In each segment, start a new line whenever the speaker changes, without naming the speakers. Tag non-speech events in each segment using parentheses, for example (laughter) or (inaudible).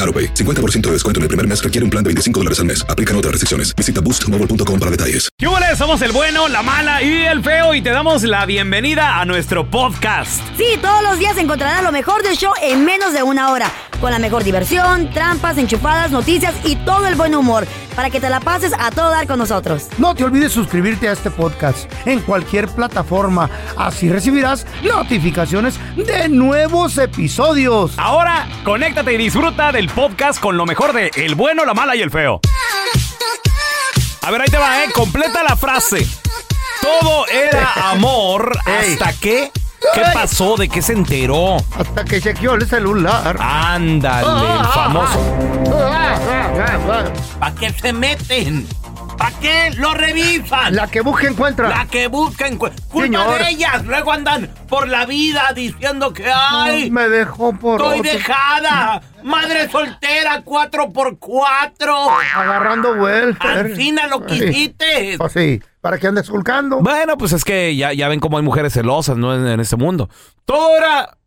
AroPay. 50% de descuento en el primer mes requiere un plan de 25 dólares al mes. Aplican otras restricciones. Visita boostmobile.com para detalles.
¿Qué hubo? Somos el bueno, la mala y el feo y te damos la bienvenida a nuestro podcast.
Sí, todos los días encontrarás lo mejor del show en menos de una hora. Con la mejor diversión, trampas, enchufadas, noticias y todo el buen humor. Para que te la pases a todo dar con nosotros.
No te olvides suscribirte a este podcast en cualquier plataforma. Así recibirás notificaciones de nuevos episodios.
Ahora, conéctate y disfruta del podcast con lo mejor de El bueno, la mala y el feo. A ver, ahí te va, ¿eh? Completa la frase. Todo era amor hasta que... ¿Qué pasó? ¿De qué se enteró?
Hasta que chequeó el celular.
Oh. Ándale,
Ah,
el famoso.
¿Para qué se meten? ¿Para qué lo revisan?
La que busca encuentra.
La que buscan cu- culpa
Señor.
de ellas. Luego andan por la vida diciendo que ay,
Me dejó por
estoy
otro.
dejada, madre soltera, cuatro por cuatro.
agarrando welfare.
Ancina lo
Ay,
quisiste.
Ah, Pues sí, para que andes culcando.
Bueno, pues es que ya, ya ven cómo hay mujeres celosas, ¿no? En, en este mundo. Todo era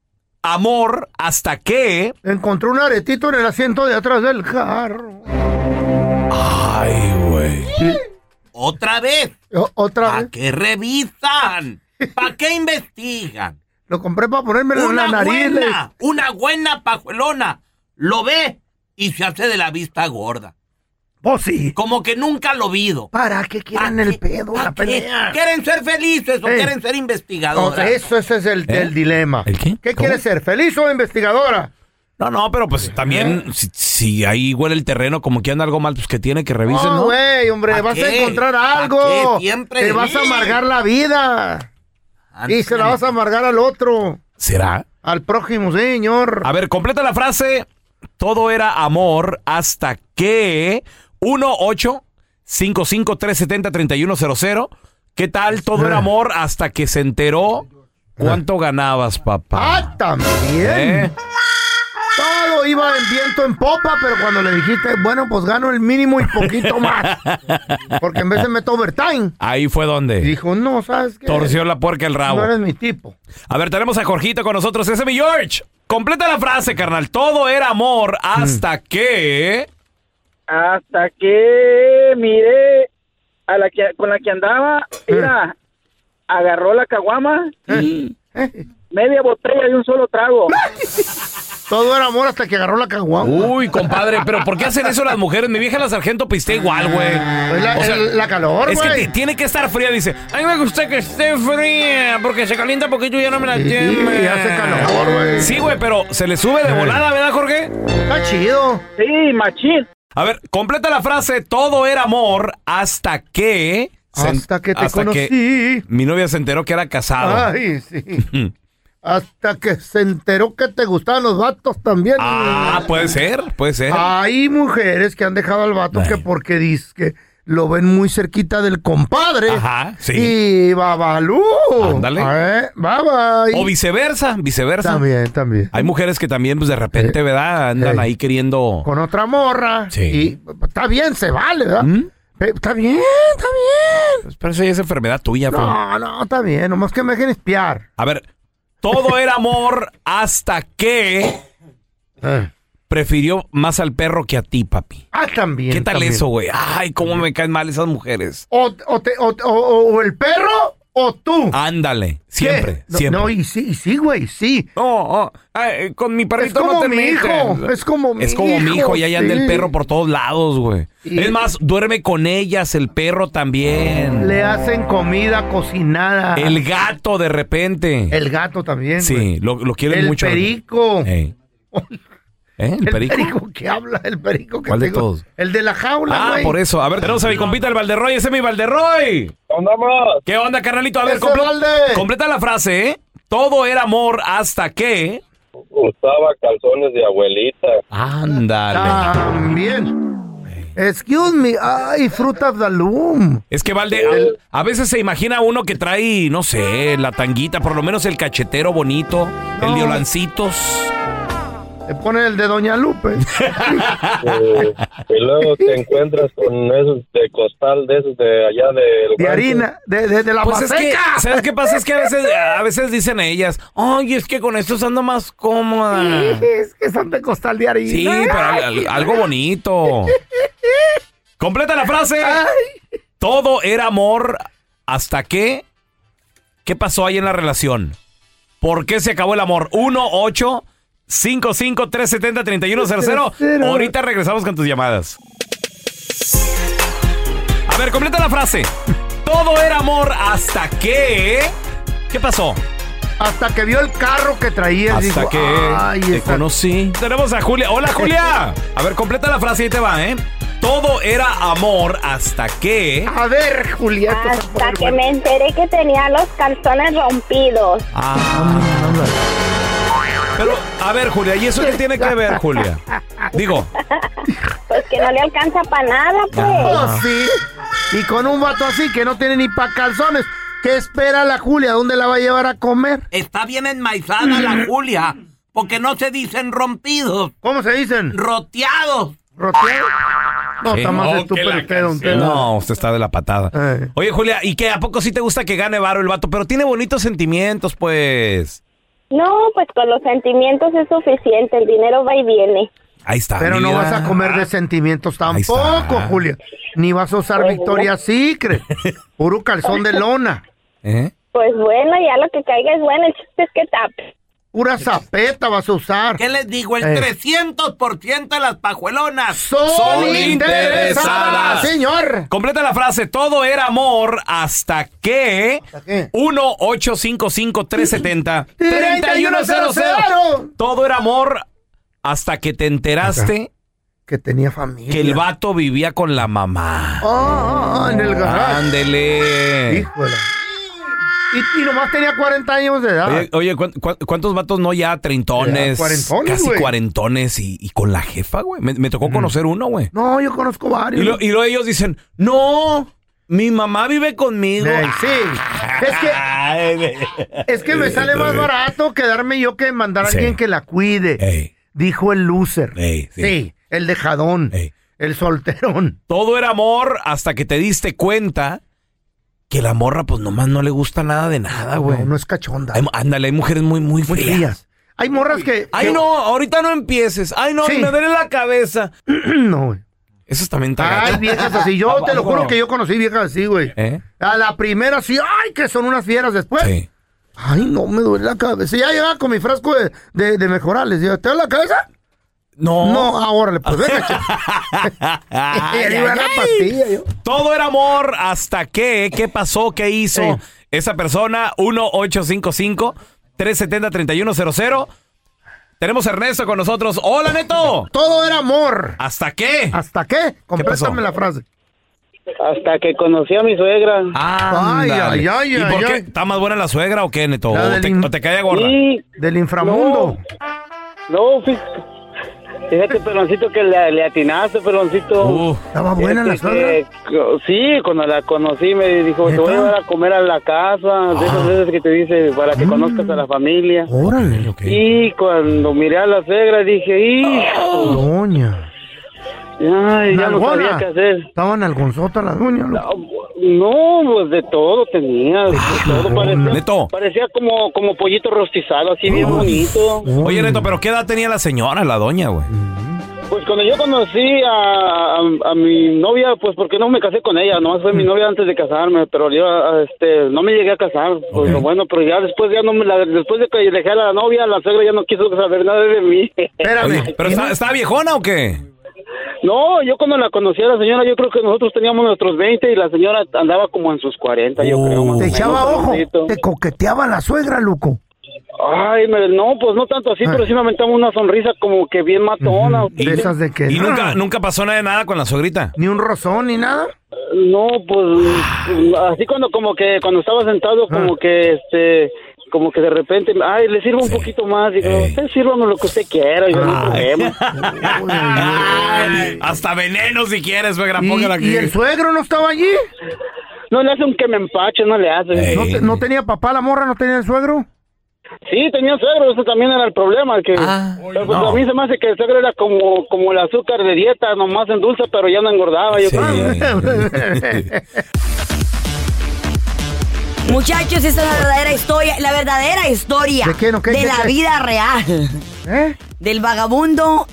amor hasta que.
Encontró un aretito en el asiento de atrás del carro.
Ay, güey.
Otra vez.
O- otra
¿Para
vez.
qué revisan? ¿Para qué investigan?
Lo compré para ponérmelo en
Una
la nariz.
buena, una buena pajuelona lo ve y se hace de la vista gorda.
Pues sí.
Como que nunca lo vido.
¿Para qué quieren el
¿Pa qué?
pedo,
¿Pa
la
qué?
pelea?
¿Quieren ser felices o
Eh.
quieren ser
O sea,
investigadoras?
eso ese es el,
¿Eh?
el dilema.
¿El qué?
¿Qué
¿Cómo?
quieres ser? ¿Feliz o investigadora?
No, no, pero pues también, si, si ahí huele el terreno, como que anda algo mal, pues que tiene que revisen,
No,
¿no?
güey, hombre,
¿Pa
vas a
qué?
encontrar
¿Pa
algo.
qué? Siempre
Te
de
vas a
mí.
amargar la vida. Y se la vas a amargar al otro,
¿Será?
al prójimo, señor.
A ver, completa la frase. Todo era amor hasta que. 1 8 55 370 3100 ¿Qué tal? Todo era amor hasta que se enteró cuánto ganabas, papá.
Ah, también.
¿Eh?
Todo iba en viento en popa, pero cuando le dijiste, bueno, pues gano el mínimo y poquito más.
(laughs)
Porque en vez de meto overtime,
Ahí fue donde.
dijo, no, ¿sabes qué?
Torció la puerca el
No
rabo.
eres mi tipo.
A ver, tenemos a Jorgito con nosotros. Ese es mi George. Completa la frase, carnal. Todo era amor
Mm.
hasta que.
Hasta que miré a la que, con la que andaba, mira, agarró la caguama,
Eh,
media botella de un solo trago.
Todo era amor hasta que agarró la caguama.
Uy, compadre, pero ¿por qué hacen eso las mujeres? Mi vieja la sargento pistea igual, güey.
Pues la,
O sea,
el- la calor,
es que
güey.
ti- tiene que estar fría, dice. A mí me gusta que esté fría, porque se calienta poquito y ya no me la
Sí,
quema.
sí, hace calor, güey.
Sí, güey, pero se le sube de volada, ¿verdad, Jorge?
Está chido.
Sí, machín.
A ver, completa la frase, todo era amor hasta que... se-
Hasta que te
hasta
conocí.
mi novia se enteró que era casado. (laughs)
Ay, sí. hasta que se enteró que te gustaban los vatos también.
Ah, puede ser, puede ser.
Hay mujeres que han dejado al vato
Ay.
que porque dice que lo ven muy cerquita del compadre.
Ajá, sí.
Y babalú.
Ándale.
Eh, bye bye.
O viceversa, viceversa.
También, también.
Hay mujeres que también, pues de repente,
Eh,
¿verdad? Andan
eh.
ahí queriendo...
Con otra morra.
Sí. ¿Mm?
Y está bien, se vale, ¿verdad? Eh, Está bien, está bien.
Pues, Pero esa ya es enfermedad tuya, feo.
No, no, está bien. Nomás que me dejen espiar.
A ver, todo era amor hasta que
Eh.
prefirió más al perro que a ti, papi.
Ah, también.
¿Qué tal
también.
eso, güey? Ay, cómo me caen mal esas mujeres.
O, o te- o- o- o el perro o tú.
Ándale, siempre,
¿Qué? no,
siempre.
No, y sí, y sí, güey, sí.
No, oh, ay, con mi perrito
Es como
no te
mi
metas.
hijo, es como mi
Es como mi hijo,
hijo,
y ahí anda
sí.
el perro pues. por todos lados, güey.
Y-
Es más, duerme con ellas el perro también.
Le hacen comida cocinada.
El gato de repente.
El gato también. güey.
sí, lo, lo quieren
El
mucho.
perico.
Ey. ¿Eh? ¿El,
El (laughs)
perico?
perico. que habla, el perico que
¿Cuál de
tengo.
todos?
El de la jaula,
Ah,
güey.
por eso. A ver, tenemos a mi compita el Valderroy. Ese es mi Valderroy. ¿Qué onda, carnalito? A ver,
Ese
comple-
Valde.
completa la frase, ¿eh? Todo era amor hasta que...
Usaba calzones de abuelita.
Ah,
Ándale.
También. Excuse me, ay, fruta of the loom.
Es que Valde, a, a veces se imagina uno que trae, no sé, la tanguita, por lo menos el cachetero bonito, el
No.
violancitos.
Le pone el de
(laughs)
Doña Lupe.
eh, y luego
(laughs)
te encuentras con esos de costal, de esos de allá del.
De
rancho.
harina, de, de, de la
Pues es que,
maseca.
¿sabes qué pasa? Es que a veces, a veces dicen ellas, ay, es que con estos ando más cómoda.
Sí, es que son de costal de harina.
Sí, pero al- al- algo bonito. Completa la frase. Todo era amor hasta que. ¿Qué pasó ahí en la relación? ¿Por qué se acabó el amor? 1 8 55 370 3100 Ahorita regresamos con tus llamadas. A ver, completa la frase. Todo era amor hasta que. ¿Qué pasó?
Hasta que vio el carro que traía.
Hasta
dijo,
que
ay,
te
esta-
conocí. Tenemos a Julia. Hola, Julia. A ver, completa la frase y te va, ¿eh? Todo era amor hasta que.
A ver, Julieta.
Hasta que me enteré que tenía los calzones rompidos.
ah. Pero, a ver, Julia, ¿y eso qué tiene que ver, Julia? Digo,
Pues que no le alcanza para nada,
Ah.
pues.
Oh, sí. Y con un vato así que no tiene ni pa' calzones. ¿Qué espera la Julia? ¿Dónde la va a llevar a comer?
Está bien enmaizada la Julia, porque no se dicen rompidos,
¿Cómo se dicen?
roteados.
¿Roteo? No,
Sí,
está
no,
más
que
estúpido
la
usted, don Tela.
no, usted está de la patada.
Eh.
Oye, Julia, ¿y qué? ¿A poco sí te gusta que gane Varo el vato? Pero tiene bonitos sentimientos, pues.
No, pues con los sentimientos es suficiente. El dinero va y viene.
Ahí está.
Pero no
mira.
vas a comer de sentimientos
Ahí está.
tampoco, Julia. Ni vas a usar
Pues, ¿eh?
Victoria Secret. Puro calzón de lona.
¿Eh?
Pues bueno, ya lo que caiga es bueno. El chiste es que tape.
(laughs)
Pura zapeta vas a usar.
¿Qué les digo? El
Eh.
300% de las pajuelonas.
Son,
Son interesadas.
interesadas, señor.
Completa la frase, todo era amor hasta que
qué?
1-855-370-3100. Todo era amor hasta que te enteraste
Que tenía familia.
que el vato vivía con la mamá.
Ah, en el garage.
Ándele.
Híjole. Y, y nomás tenía 40 años de edad.
Oye, oye, ¿cuán- cuán- ¿cuántos vatos no ya treintones?
Ah. Ya, cuarentones,
casi
güey.
cuarentones y, y con la jefa, güey. Me, me tocó conocer uno, güey.
No, yo conozco
Y
varios.
lo- y luego ellos dicen, no, mi mamá vive conmigo.
Ey,
(laughs)
sí. Es que Es que me sale más barato quedarme yo que mandar a
Eh, Sí.
alguien que la cuide.
Ey.
Dijo el loser.
Ey, sí.
sí. el dejadón.
Ey.
El solterón.
Todo era amor hasta que te diste cuenta que la morra, pues nomás no le gusta nada de nada, güey.
No, no es cachonda.
Hay- ándale, hay mujeres muy, muy
Muy
frías.
frías. Hay morras que.
Ay,
que-
no, ahorita no empieces. Ay, no,
Sí.
me duele la cabeza.
(clears throat) No, güey.
Eso también está
Ay,
gacho.
viejas
(laughs)
así. Yo te lo juro que yo conocí viejas así, güey.
¿Eh?
A la primera sí. Ay, que son unas fieras después.
Sí.
Ay, no, me duele la cabeza. Ya llegaba con mi frasco de, de, de mejorales. Yo, ¿Te duele la cabeza?
No.
No, ahora le pues ven
(laughs)
(laughs) Y
Ay,
ahí
ay,
va la
ay.
pastilla, yo.
Todo era amor hasta que, ¿qué pasó? ¿Qué hizo
Sí.
esa persona? 1-855-370-3100. Tenemos a Ernesto con nosotros. Hola, Neto.
Todo era amor.
¿Hasta qué?
¿Hasta qué? Complétame la frase.
Hasta que conocí a mi suegra.
Ay,
Ándale.
ay, ay,
¿Y
ay,
por qué?
ay.
¿Está más buena la suegra o qué, Neto?
La
¿O
del
te,
in-
o te cae gorda?
Sí,
Del inframundo.
no, fí- fíjate, peloncito, que le, le atinaste, peloncito.
Uf.
Estaba buena la
Este,
suegra.
que- co- Sí, cuando la conocí me dijo, te voy a
¿Neta? Ah.
llevar a comer a la casa, de esas veces que te dice para
Mm.
que conozcas a la familia.
Órale.
Ok.
Oh.
Y cuando miré a la suegra dije, "Hijo".
Doña.
Ay, ya no sabía qué hacer.
Estaban algonzotas las uñas. loco.
No, pues de todo tenía, de
Ah,
todo parecía,
Neto.
parecía como, como pollito rostizado, así bien bonito.
Oye, Neto, pero ¿qué edad tenía la señora, la doña, güey?
Pues cuando yo conocí a, a- a mi novia, pues porque no me casé con ella, nomás
Mm.
fue mi novia antes de casarme, pero yo a- este, no me llegué a casar, pues lo bueno, pero ya después ya no me la, después de que dejé a la novia, la suegra ya no quiso saber nada de mí.
Oye, ¿Pero está, está viejona o qué?
(laughs) No, yo cuando la conocí a la señora, yo creo que nosotros teníamos nuestros 20 y la señora andaba como en sus 40, yo creo. más o
Oh. Te
menos,
echaba ojo,
tantito.
te coqueteaba la suegra, Luco.
Ay, me- no, pues no tanto así, pero sí me aventamos una sonrisa como que bien matona.
Ah. De esas de que...
¿Y nunca, nunca pasó nada de nada con la suegrita?
Ni un rozón, ni nada.
No, pues así cuando como que cuando estaba sentado
Ah.
como que este como que de repente, ay, le sirvo un poquito más, digo, usted sírvame lo que usted quiera, yo
Ah,
no hay
(laughs)
problema.
Ay, Hasta veneno si quieres, suegra, póngala aquí.
¿Y el suegro no estaba allí?
No le hace un que me empache, no le hace.
¿No, te- no tenía papá la morra? ¿No tenía el suegro?
Sí, tenía suegro, eso también era el problema, que
Ah.
pero pues, a mí se me hace que el suegro era como como el azúcar de dieta, nomás en dulce, pero ya no engordaba, yo
(laughs)
creo.
Muchachos, esta es la verdadera historia, la verdadera historia
¿De qué, no, qué,
de
qué,
la
qué?
vida real. Del vagabundo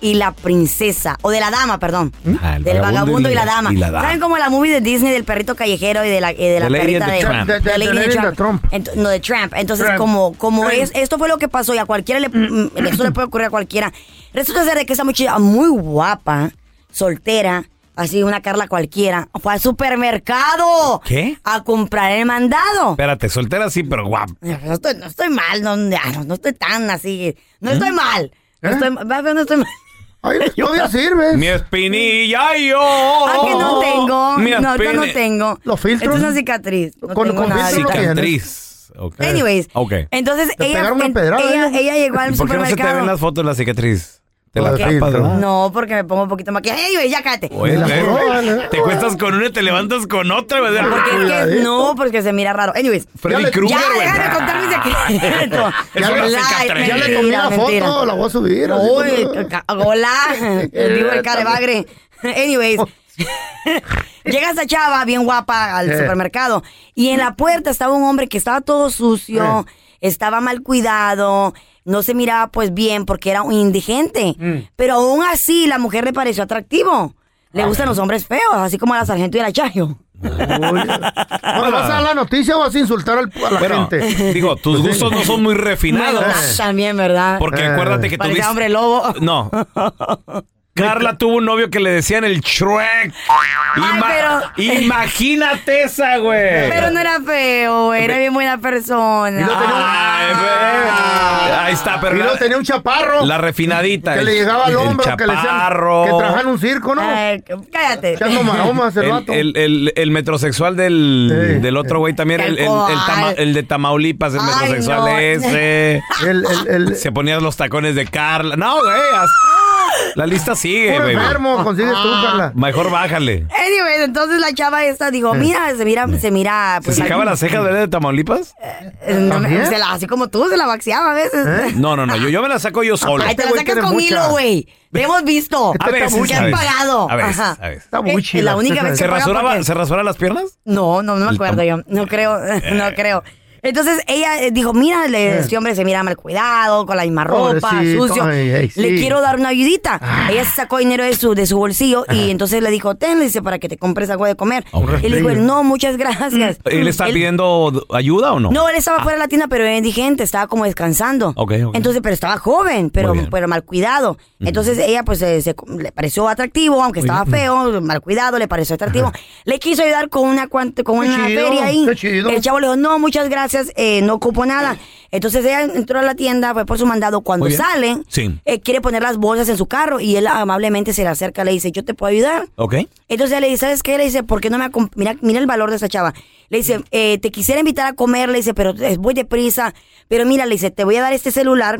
y la princesa, o de la dama, perdón.
Ah, el
del vagabundo y la, dama.
y la dama.
¿Saben cómo la movie de Disney del perrito callejero y de la, y de la
The Lady and
perrita
the
de,
Tramp.
de la
The
Lady and the
Lady and the
Tramp? Ent- no, de Tramp. Entonces,
Tramp.
como, como
Tramp.
es, esto fue lo que pasó y a cualquiera le, mm, eso le puede ocurrir a cualquiera. Resulta ser de que esa muchacha muy guapa, soltera, así una Carla cualquiera, fue al supermercado
¿Qué?
a comprar el mandado.
Espérate, soltera sí, pero guapo.
No estoy, no estoy mal, no, ah, no, no estoy tan así. No estoy mal. No estoy, más bien no estoy mal.
¿Eh? Ay,
(laughs)
todavía sirve.
Mi espinilla yo.
Ah, que no tengo.
Mi
no, ahorita
espini-
no tengo.
¿Los filtros?
Esto es una cicatriz. No
Con-
tengo
con
nada.
filtro no
Cicatriz. Ok.
Anyways,
Ok.
entonces
Te
ella,
pegaron una
en-
pedrada,
ella,
¿eh?
ella llegó al
¿Y ¿Por qué no se te
supermercado.
ven las fotos de la cicatriz? Te la
Porque-
tapas, eh. ¿verdad?
No, porque me pongo un poquito maquillaje. Anyways, ya cállate.
Oye,
Me la
güey,
roban,
te cuestas con una y te levantas con otra, güey.
¿eh? Porque es que no, porque se mira raro. Anyways,
Freddy
ya,
Krueger,
ya
güey.
déjame contar mi
(laughs)
secreto.
Es una
Hola,
cicatriz.
Ya le
mentira,
tomé la
mentira.
foto, la voy a subir. así
Uy,
como-
ca-
(laughs)
hola, digo el carebagre. Anyways, llega esa chava bien guapa al
Eh.
supermercado y en la puerta estaba un hombre que estaba todo sucio,
Eh.
estaba mal cuidado, no se miraba pues bien porque era un indigente. Pero aún así la mujer le pareció atractivo. Le
Ah,
gustan los hombres feos, así como a la sargento y a la chayo.
Bueno, ¿Vas a dar la noticia o vas a insultar al- a la
Bueno,
gente?
digo, tus
Pues
gustos no son muy refinados.
Bueno, También, ¿verdad?
Porque
Eh.
acuérdate que tú
Parecía
viste-
hombre lobo. (laughs)
No. Carla tuvo un novio que le decían el
(laughs)
Shrek. Ima- Imagínate esa, güey.
Pero no era feo, era bien buena persona.
Ay, güey. Ahí está, pero
Y luego
la,
tenía un chaparro
la refinadita.
que
el-
le llegaba al hombro,
el
que le decían
chaparro,
que trabajaba en un circo, ¿no?
Ay, cállate.
Echando
(laughs)
maromas el vato.
el, el, el- el metrosexual del,
Eh.
del otro güey también, el, el- el tama- el de Tamaulipas, el
Ay,
metrosexual
no.
ese.
(laughs) El, el,
(laughs)
el,
Se ponía los tacones de Carla. No, güey. as- La lista sigue,
puro
güey.
enfermo, consigues tú,
Ah.
Carla.
Mejor bájale.
Anyways, entonces la chava esta dijo,
Eh.
mira, se mira, se mira,
¿Se
pues
sacaba
al-
las cejas ¿verdad, de Tamaulipas?
eh, no me-
¿También? ¿Eh?
se la- así como tú, se la vaxiaba a veces.
No, no, no. Yo, yo me la saco yo solo.
¿Eh? Ay,
Este
te la
güey
sacas
tiene
con
mucha. Este
hilo, güey. Te hemos visto.
A veces,
Que
a
has
veces.
pagado.
A veces,
Ajá.
a veces.
Está muy
Eh,
chida.
la única vez
¿Se
que paga
rasuraba,
porque-
¿Se rasuraba las piernas?
No, no, no me
El
acuerdo yo. No creo, (laughs) no creo. Entonces ella eh, dijo, mira, le- este hombre se mira mal cuidado, con la misma ropa,
Pobrecito,
sucio.
ay, ay, sí.
Le quiero dar una ayudita. Ella se sacó dinero de su, de su bolsillo y entonces le dijo, ten, le dice, para que te compres algo de comer.
Ok.
Él dijo, no, muchas gracias.
¿Él está pidiendo ayuda o no? Ah,
No, él estaba fuera de la tienda, pero era indigente, estaba como descansando.
Ok, ok.
Entonces, pero estaba joven, pero,
Muy bien.
pero mal cuidado. Entonces ella pues se- se- le pareció atractivo, aunque estaba feo, mal cuidado, le pareció atractivo. Le quiso ayudar con una cuant- con
Qué
una
chido,
feria ahí.
qué chido.
El chavo le dijo, no, muchas gracias, eh, no ocupo nada. Entonces ella entró a la tienda, fue por su mandado. Cuando
Muy bien.
salen,
Sí.
eh, quiere poner las bolsas en su carro y él amablemente se le acerca, le dice, yo te puedo ayudar.
¿Ok?
Entonces ella le dice, ¿sabes qué? Le dice, ¿por qué no me acom- mira, mira el valor de esa chava. Le dice, eh, te quisiera invitar a comer, le dice, pero es- voy deprisa. Pero mira, le dice, te voy a dar este celular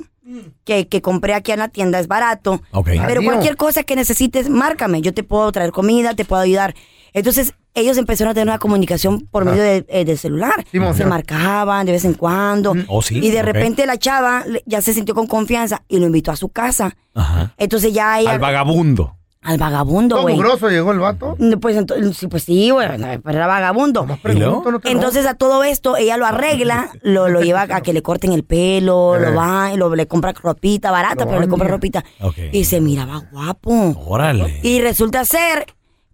que, que compré aquí en la tienda, es barato.
Mm. Ok.
Pero
Adiós.
cualquier cosa que necesites, márcame. Yo te puedo traer comida, te puedo ayudar. Entonces ellos empezaron a tener una comunicación por medio
Ah.
de- eh, del celular.
Simón.
Se marcaban de vez en cuando.
Oh, sí,
Y de
ok.
repente la chava le- ya se sintió con confianza y lo invitó a su casa.
Ajá.
Entonces ya ella...
Al vagabundo.
Al vagabundo,
Todo
güey.
mugroso llegó el vato?
No, Pues, ento- sí, pues sí, güey, pero era vagabundo.
pregunto, no te
Entonces a todo esto ella
(laughs)
lo arregla, lo, lo lleva a que le corten el
Eh.
pelo, lo va, lo, le compra ropita barata, pero le compra ropita. Y se miraba guapo.
Órale.
Y resulta ser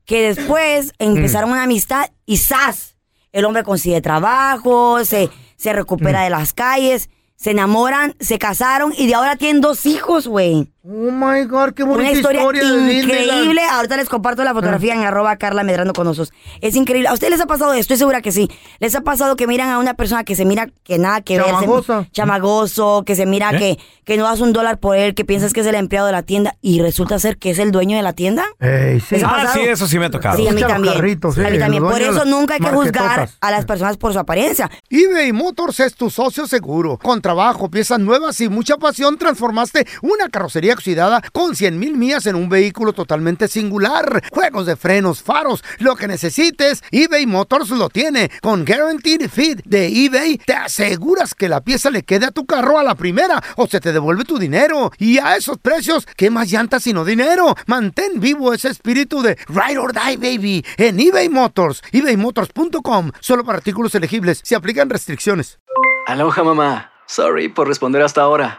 que después
Mm.
empezaron una amistad y ¡zas! El hombre consigue trabajo, se, se recupera
Mm.
de las calles, se enamoran, se casaron y de ahora tienen dos hijos, güey.
Oh my God, qué bonita
Una historia,
historia de
increíble.
Disneyland.
Ahorita les comparto la fotografía en arroba Carla Medrano con osos. Es increíble. ¿A ustedes les ha pasado? Estoy segura que sí. ¿Les ha pasado que miran a una persona que se mira que nada que ver? se-
Chamagosa.
chamagoso, que se mira
¿Eh?
que, que no das un dólar por él, que piensas que es el empleado de la tienda y resulta ser que es el dueño de la tienda.
Ey, sí.
¿Les ha
Ah,
pasado?
sí, eso sí me ha tocado.
Sí, a mí
Escucha los
también.
carritos, eh,
a
sí,
mí también.
los
Por
dueños
eso nunca hay que
marquetotas.
juzgar a las personas por su apariencia.
eBay Motors es tu socio seguro. Con trabajo, piezas nuevas y mucha pasión, transformaste una carrocería oxidada con 100 mil millas en un vehículo totalmente singular. Juegos de frenos, faros, lo que necesites, eBay Motors lo tiene. Con Guaranteed Fit de eBay, te aseguras que la pieza le quede a tu carro a la primera o se te devuelve tu dinero. Y a esos precios, ¿qué más llantas sino dinero? Mantén vivo ese espíritu de Ride or Die, baby, en eBay Motors. ebaymotors.com, solo para artículos elegibles. Se aplican restricciones.
Aloha mamá. Sorry por responder hasta ahora.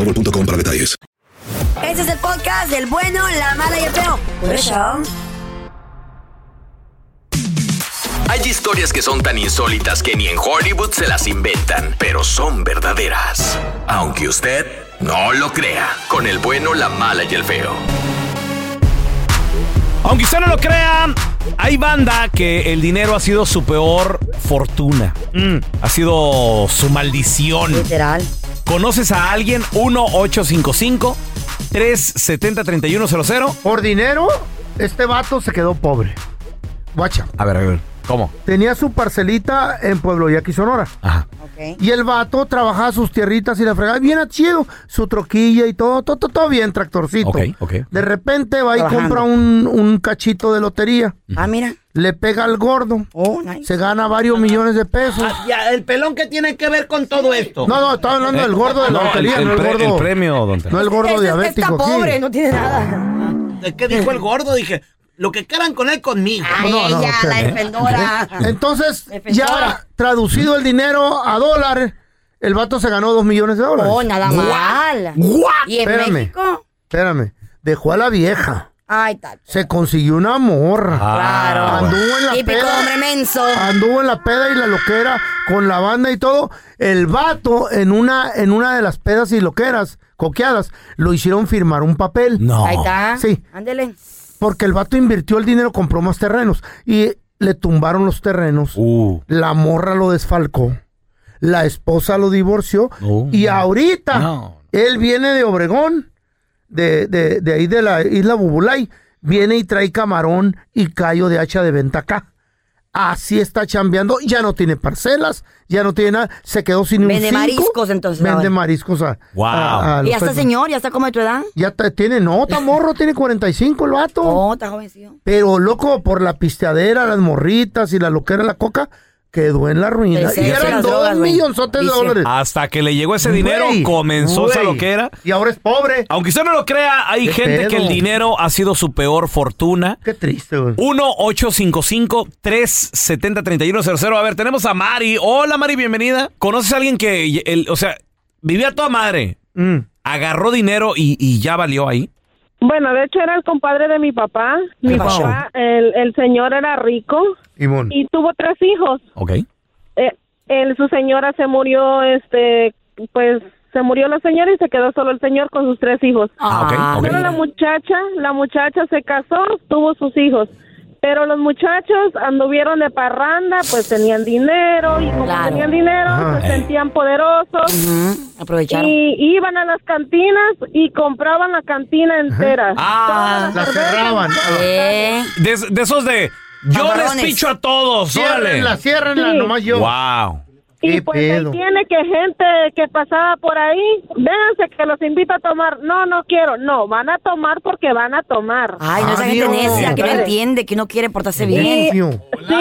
para detalles.
Este es el podcast del bueno, la mala y el feo. Por eso.
Hay historias que son tan insólitas que ni en Hollywood se las inventan, pero son verdaderas. Aunque usted no lo crea, con el bueno, la mala y el feo.
Aunque usted no lo crea, hay banda que el dinero ha sido su peor fortuna.
Mm.
Ha sido su maldición.
Literal.
¿Conoces a alguien? 1-855-370-3100.
Por dinero, este vato se quedó pobre. Guacha.
A ver, a ver. ¿Cómo?
Tenía su parcelita en Pueblo Yaqui, Sonora.
Ajá.
Y el vato trabajaba sus tierritas y la fregaba. Bien chido. Su troquilla y todo, todo, todo, todo bien, tractorcito.
Ok, ok.
De repente va y
Trabajando.
compra un, un cachito de lotería.
Ah, mira. Oh,
Le pega al gordo. Se gana varios millones de pesos.
Ya, el pelón que tiene que ver con todo esto.
No, no, estaba hablando del gordo de la
Eh, No,
lotería,
el,
no
el
el
pre-
gordo.
el premio, don Tela.
No el gordo diabético. aquí.
no tiene nada.
¿De qué dijo el gordo? Dije, lo que quieran con él, conmigo.
No, no, ok. (laughs) Entonces, ya traducido el dinero a dólar, el vato se ganó dos millones de dólares.
Oh, nada
Guau.
mal.
Guau.
¿Y en
Espérame,
México?
Espérame. Dejó a la vieja.
Ay, tal.
Se consiguió una morra.
Claro.
Anduvo en la
Típico
peda.
hombre menso.
Anduvo en la peda y la loquera con la banda y todo. El vato en una, en una de las pedas y loqueras, coqueadas, lo hicieron firmar un papel. No.
Ahí está.
Sí.
Ándele.
Porque el vato invirtió el dinero, compró más terrenos y le tumbaron los terrenos. La morra lo desfalcó. La esposa lo divorció. y ahorita él viene de Obregón, de, de- de ahí de la isla Bubulay. Viene y trae camarón y callo de hacha de venta acá. Así está chambeando. Ya no tiene parcelas, ya no tiene nada. Se quedó sin un
Vende
cinco.
mariscos, entonces,
Vende
ahora.
mariscos a.
Wow.
a- a
¿Y
los
ya está
paisanos.
señor? ¿Ya está como de tu edad?
Ya ta- tiene, no, está morro, tiene 45 el vato.
No, Oh, está jovencillo.
Pero loco, por la pisteadera, las morritas y la loquera, la coca, quedó en la ruina.
Sí,
Y
sí, sí,
eran
las
dos
drogas, güey.
millonzotes de
Vicio.
dólares.
Hasta que le llegó ese dinero,
Güey,
comenzó esa
güey.
loquera.
Y ahora es pobre.
Aunque usted no lo crea, hay
¿Qué
gente
pedo?
que el dinero ha sido su peor fortuna.
Qué triste, güey.
1-855-370-3100. A ver, tenemos a Mari. Hola, Mari, bienvenida. ¿Conoces a alguien que, y- el- o sea, vivía toda madre?
Mm.
Agarró dinero y, y ya valió ahí.
Bueno, de hecho era el compadre de mi papá. Mi
pasó?
papá, el, el señor era rico
Ivonne.
y tuvo tres hijos.
Ok.
Eh, él- su señora se murió, este, pues se murió la señora y se quedó solo el señor con sus tres hijos.
Ah, ok, ok.
Pero la muchacha, la muchacha se casó, tuvo sus hijos. Pero los muchachos anduvieron de parranda, pues tenían dinero y como
Claro.
tenían dinero
Ajá.
se sentían poderosos.
Aprovecharon.
Y iban a las cantinas y compraban la cantina entera.
Ah,
Todas las cervezas.
De, de esos de. Yo
Camarones.
les picho a todos, órale.
Ciérrenla, ciérrenla,
Sí.
nomás yo.
Wow.
Y pues
pedo?
ahí tiene que gente que pasaba por ahí, véanse que los invita a tomar. No, no quiero. No, van a tomar porque van a tomar.
Ay, no, esa gente necia que no entiende, que no quiere portarse
Sí,
bien.
sí,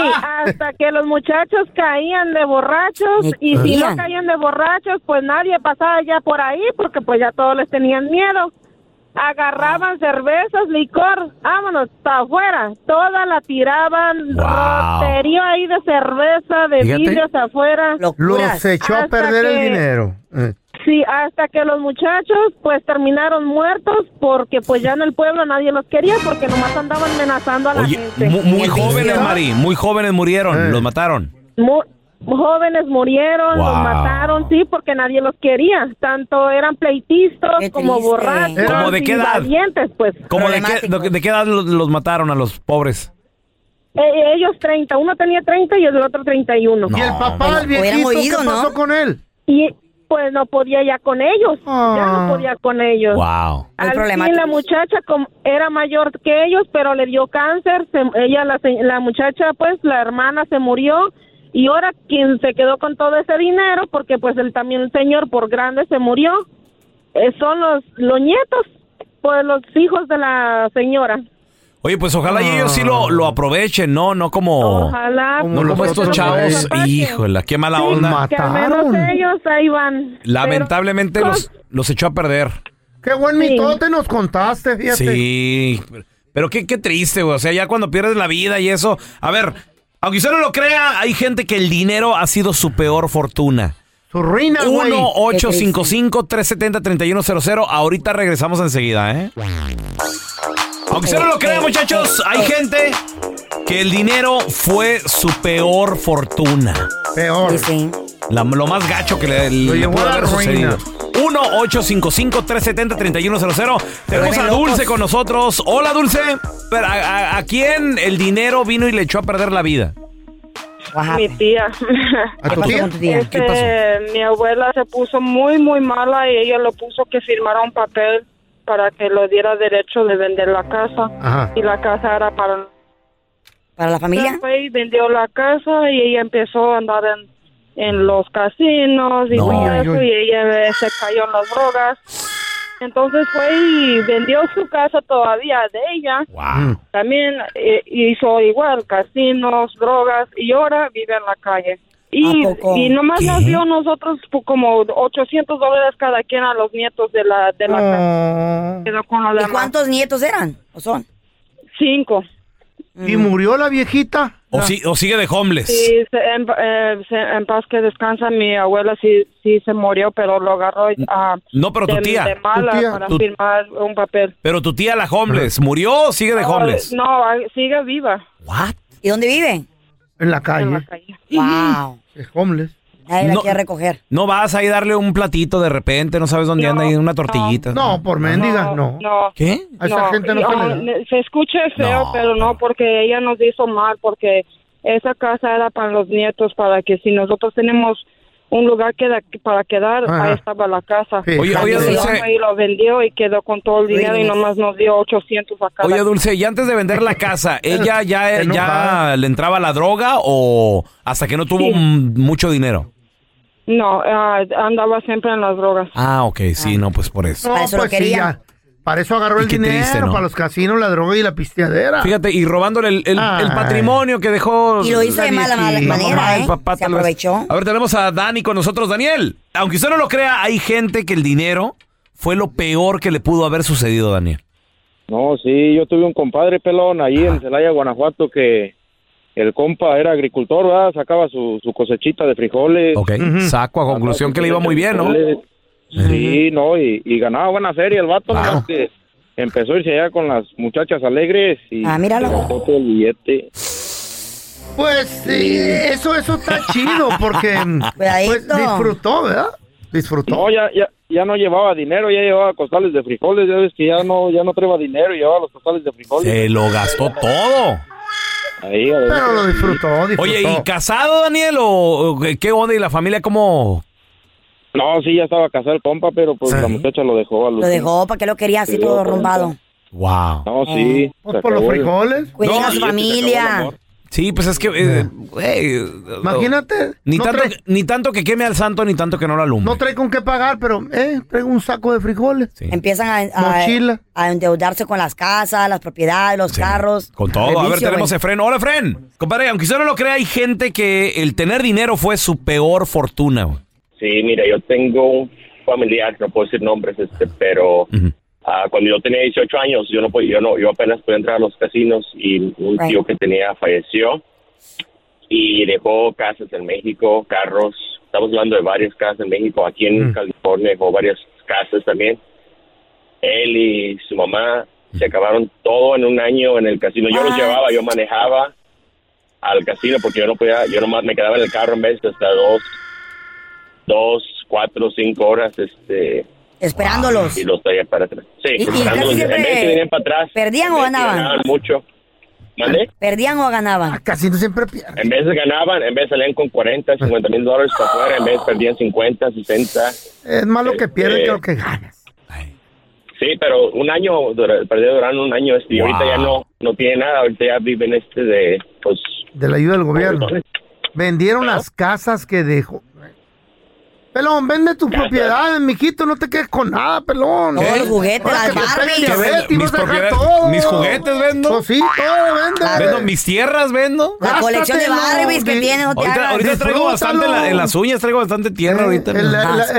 hasta que los muchachos caían de borrachos y si no
Caían.
caían de borrachos, pues nadie pasaba ya por ahí porque pues ya todos les tenían miedo.
Ah.
Agarraban cervezas, licor, vámonos, para afuera. Toda la tiraban, roterío ahí de cerveza, de
Fíjate.
vidrios afuera.
Los echó a
Hasta
perder
que-
el dinero. Eh.
Sí, hasta que los muchachos pues terminaron muertos porque pues ya en el pueblo nadie los quería porque nomás andaban amenazando a la
Oye,
gente.
mu- muy jóvenes, Mari. Muy jóvenes
Eh.
murieron. Los mataron.
Mu- jóvenes murieron, los
Wow.
mataron, sí, porque nadie los quería. Tanto eran pleitistas como
triste.
borrachos.
¿Como de qué edad?
invadientes, pues.
¿Cómo de qué, de- de qué edad los, los mataron a los pobres?
Eh, ellos 30, uno tenía 30 y el otro 31.
¿Y el papá,
el viejito, Hubieran oído, qué pasó ¿no?
con él? Y pues no podía ya con ellos, ya no podía con ellos.
Wow.
Al fin la muchacha com- era mayor que ellos, pero le dio cáncer. se- ella, la, se- la muchacha, pues, la hermana se murió. Y ahora quien se quedó con todo ese dinero, porque pues él también el señor por grande se murió, eh, son los, los nietos, pues los hijos de la señora.
Oye, pues ojalá y ellos sí lo, lo aprovechen, ¿no, no como,
Ah. Ojalá. pues,
no como estos chavos. Híjole, qué mala onda.
Que al menos ellos ahí van.
Lamentablemente los, los echó a perder.
Qué buen mitote nos contaste, fíjate.
Sí. Pero qué, qué triste, güey. O sea, ya cuando pierdes la vida y eso. A ver, aunque usted no lo crea, hay gente que el dinero ha sido su peor fortuna.
Su ruina, güey.
1-855-370-3100. Ahorita regresamos enseguida, ¿eh? Aunque usted no lo crea, muchachos, hay
Eh,
gente que el dinero fue su peor fortuna.
Peor.
La- lo más gacho que le, le
llevó
pudo
a la
haber
ruina.
sucedido. 1-855-370-3100. Tenemos a
Duelen locos.
Dulce con nosotros. Hola, Dulce. Pero, ¿a, a, a quién el dinero vino y le echó a perder la vida?
Mi tía.
¿A tu tía?
Este,
(laughs) ¿Qué pasó?
Mi abuela se puso muy, muy mala y ella lo puso que firmara un papel para que le diera derecho de vender la casa.
Ajá.
Y la casa era para...
Para la familia.
Fue y vendió la casa y ella empezó a andar en, en los casinos y
No.
todo
Ay,
eso
ay.
y ella eh, se cayó en las drogas. Entonces fue y vendió su casa todavía de ella.
Mm.
También eh, hizo igual, casinos, drogas, y ahora vive en la calle. Y,
¿A poco?
y nomás
¿Qué?
nos dio nosotros po- como 800 dólares cada quien a los nietos de la, de la
Ah.
casa. Quedó con los
Ah. ¿Y
demás.
cuántos nietos eran? ¿O son?
Cinco.
¿Y murió la viejita? Ah.
O, si- o sigue de homeless.
Sí, se- en, eh, se- en paz que descansa, mi abuela sí, sí se murió, pero lo agarró ah,
No, pero tu
de-
tía.
de mala
Tu tía.
para
Tu-
firmar un papel.
Pero tu tía, la homeless,
Ah.
¿murió o sigue de homeless?
No, ah, sigue viva.
¿Y dónde vive?
En la calle.
Wow.
Es homeless.
Nadie la
No.
quiere recoger.
¿No vas ahí a darle un platito de repente? ¿No sabes dónde anda ahí? Una tortillita.
No, por mendiga, no.
No.
¿Qué?
A esa gente no se le da.
se escucha feo, pero no, porque ella nos hizo mal, porque esa casa era para los nietos, para que si nosotros tenemos un lugar que da- para quedar,
Ajá.
ahí estaba la casa.
Sí. Oye, oye,
Y
Dulce.
el hombre lo vendió y quedó con todo el dinero y nomás nos dio 800 a cada
Oye, Dulce, y antes de vender la casa,
(laughs)
¿ella ya, ya le entraba la droga o hasta que no tuvo
Sí.
m- mucho dinero?
No, ah, andaba siempre en las drogas.
Ah, ok, sí, no, pues por eso.
No, pues sí, ya. Para eso agarró
Y
el
qué
dinero,
triste, ¿no?
para los casinos, la droga y la pisteadera.
Fíjate, y robándole el, el- el
Ay.
patrimonio que dejó.
Ah. Y lo hizo de mala- mala
la
manera,
mamá, el
¿eh?
papá,
Se
tal vez.
aprovechó.
A ver, tenemos a Dani con nosotros. Daniel, aunque usted no lo crea, hay gente que el dinero fue lo peor que le pudo haber sucedido, Daniel.
No, sí, yo tuve un compadre pelón ahí en Celaya, Guanajuato, que el compa era agricultor, ¿verdad? Sacaba su, su cosechita de frijoles. Mm.
Ok, saco a conclusión que le iba muy bien, ¿no?
Sí, no, y, y ganaba buena feria el vato. nomás que Empezó a irse allá con las muchachas alegres y
Ah, míralo.
se gastó todo el billete.
Pues sí, eso,
(laughs)
eso está chido, porque pues, disfrutó, ¿verdad? Disfrutó.
No, ya, ya, ya no llevaba dinero, ya llevaba costales de frijoles, ya ves que ya no, ya no traía dinero, llevaba los costales de frijoles.
Se lo gastó todo.
Ahí, a ver.
Pero lo disfrutó, disfrutó.
Oye, ¿y casado, Daniel? ¿O o qué- qué onda? ¿Y la familia cómo?
No, sí, ya estaba casado el compa, pero pues la muchacha lo dejó a los...
Lo dejó, ¿para qué lo quería así
Sí,
todo
por-
arrumbado?
Wow.
No, sí.
Oh,
se
pues
acabó el-
Cuiden a su
No,
familia.
Sí, pues es que, eh, güey, eh,
Imagínate,
Ni,
no
tanto,
trae-
que- ni tanto que queme al santo, ni tanto que no lo alumbre.
No trae con qué pagar, pero, eh, traigo un saco de frijoles.
Empiezan a, a,
Mochila.
a endeudarse con las casas, las propiedades, los carros.
Con todo. a ver,
Vicio,
tenemos a
güey.
Efren. Hola, Efren. Compadre, aunque usted no lo crea, hay gente que el tener dinero fue su peor fortuna. güey.
Sí, mira, yo tengo un familiar, no puedo decir nombres, este, pero ah, cuando yo tenía 18 años, yo no podía, yo no, yo apenas podía entrar a los casinos y un
Right.
tío que tenía falleció y dejó casas en México, carros, estamos hablando de varias casas en México, aquí
Mm.
en California dejó varias casas también. Él y su mamá se acabaron todo en un año en el casino. Yo
Ah.
los llevaba, yo manejaba al casino porque yo no podía, yo nomás me quedaba en el carro en vez hasta dos dos, cuatro, cinco horas, este...
Esperándolos.
Y los traía para atrás. Sí,
Y- y
esperándolos.
casi
En vez de
siempre
que venían para atrás.
¿Perdían o
en vez de que
ganaban?
ganaban mucho. ¿Mande?
¿Perdían o ganaban?
Ah, Casi no siempre
En vez de ganaban, en vez salían con 40, 50 mil dólares para afuera, en vez perdían 50, 60.
Es más lo que pierdes
Eh,
que lo que ganas.
Sí, pero un año, dura- perdido durante un año, este, y ahorita ya no, no tiene nada, ahorita ya viven este de, pues...
De la ayuda del gobierno. Vendieron las casas que dejó. Pelón, vende tus propiedades, mijito, no te quedes con nada, pelón.
Todos los juguetes,
Ahora
las
que te
Barbies.
pegue el
Que
diabetes,
mis
vas a dejar
propiedades-
todo.
mis juguetes vendo.
Pues sí, todo vende. Ah,
Vendo mis tierras, vendo.
La colección de
Gástatelo,
Barbies que
sí.
tiene, no te
Ahorita,
hagas.
ahorita traigo bastante en, la- en las uñas, traigo bastante tierra ahorita.
El,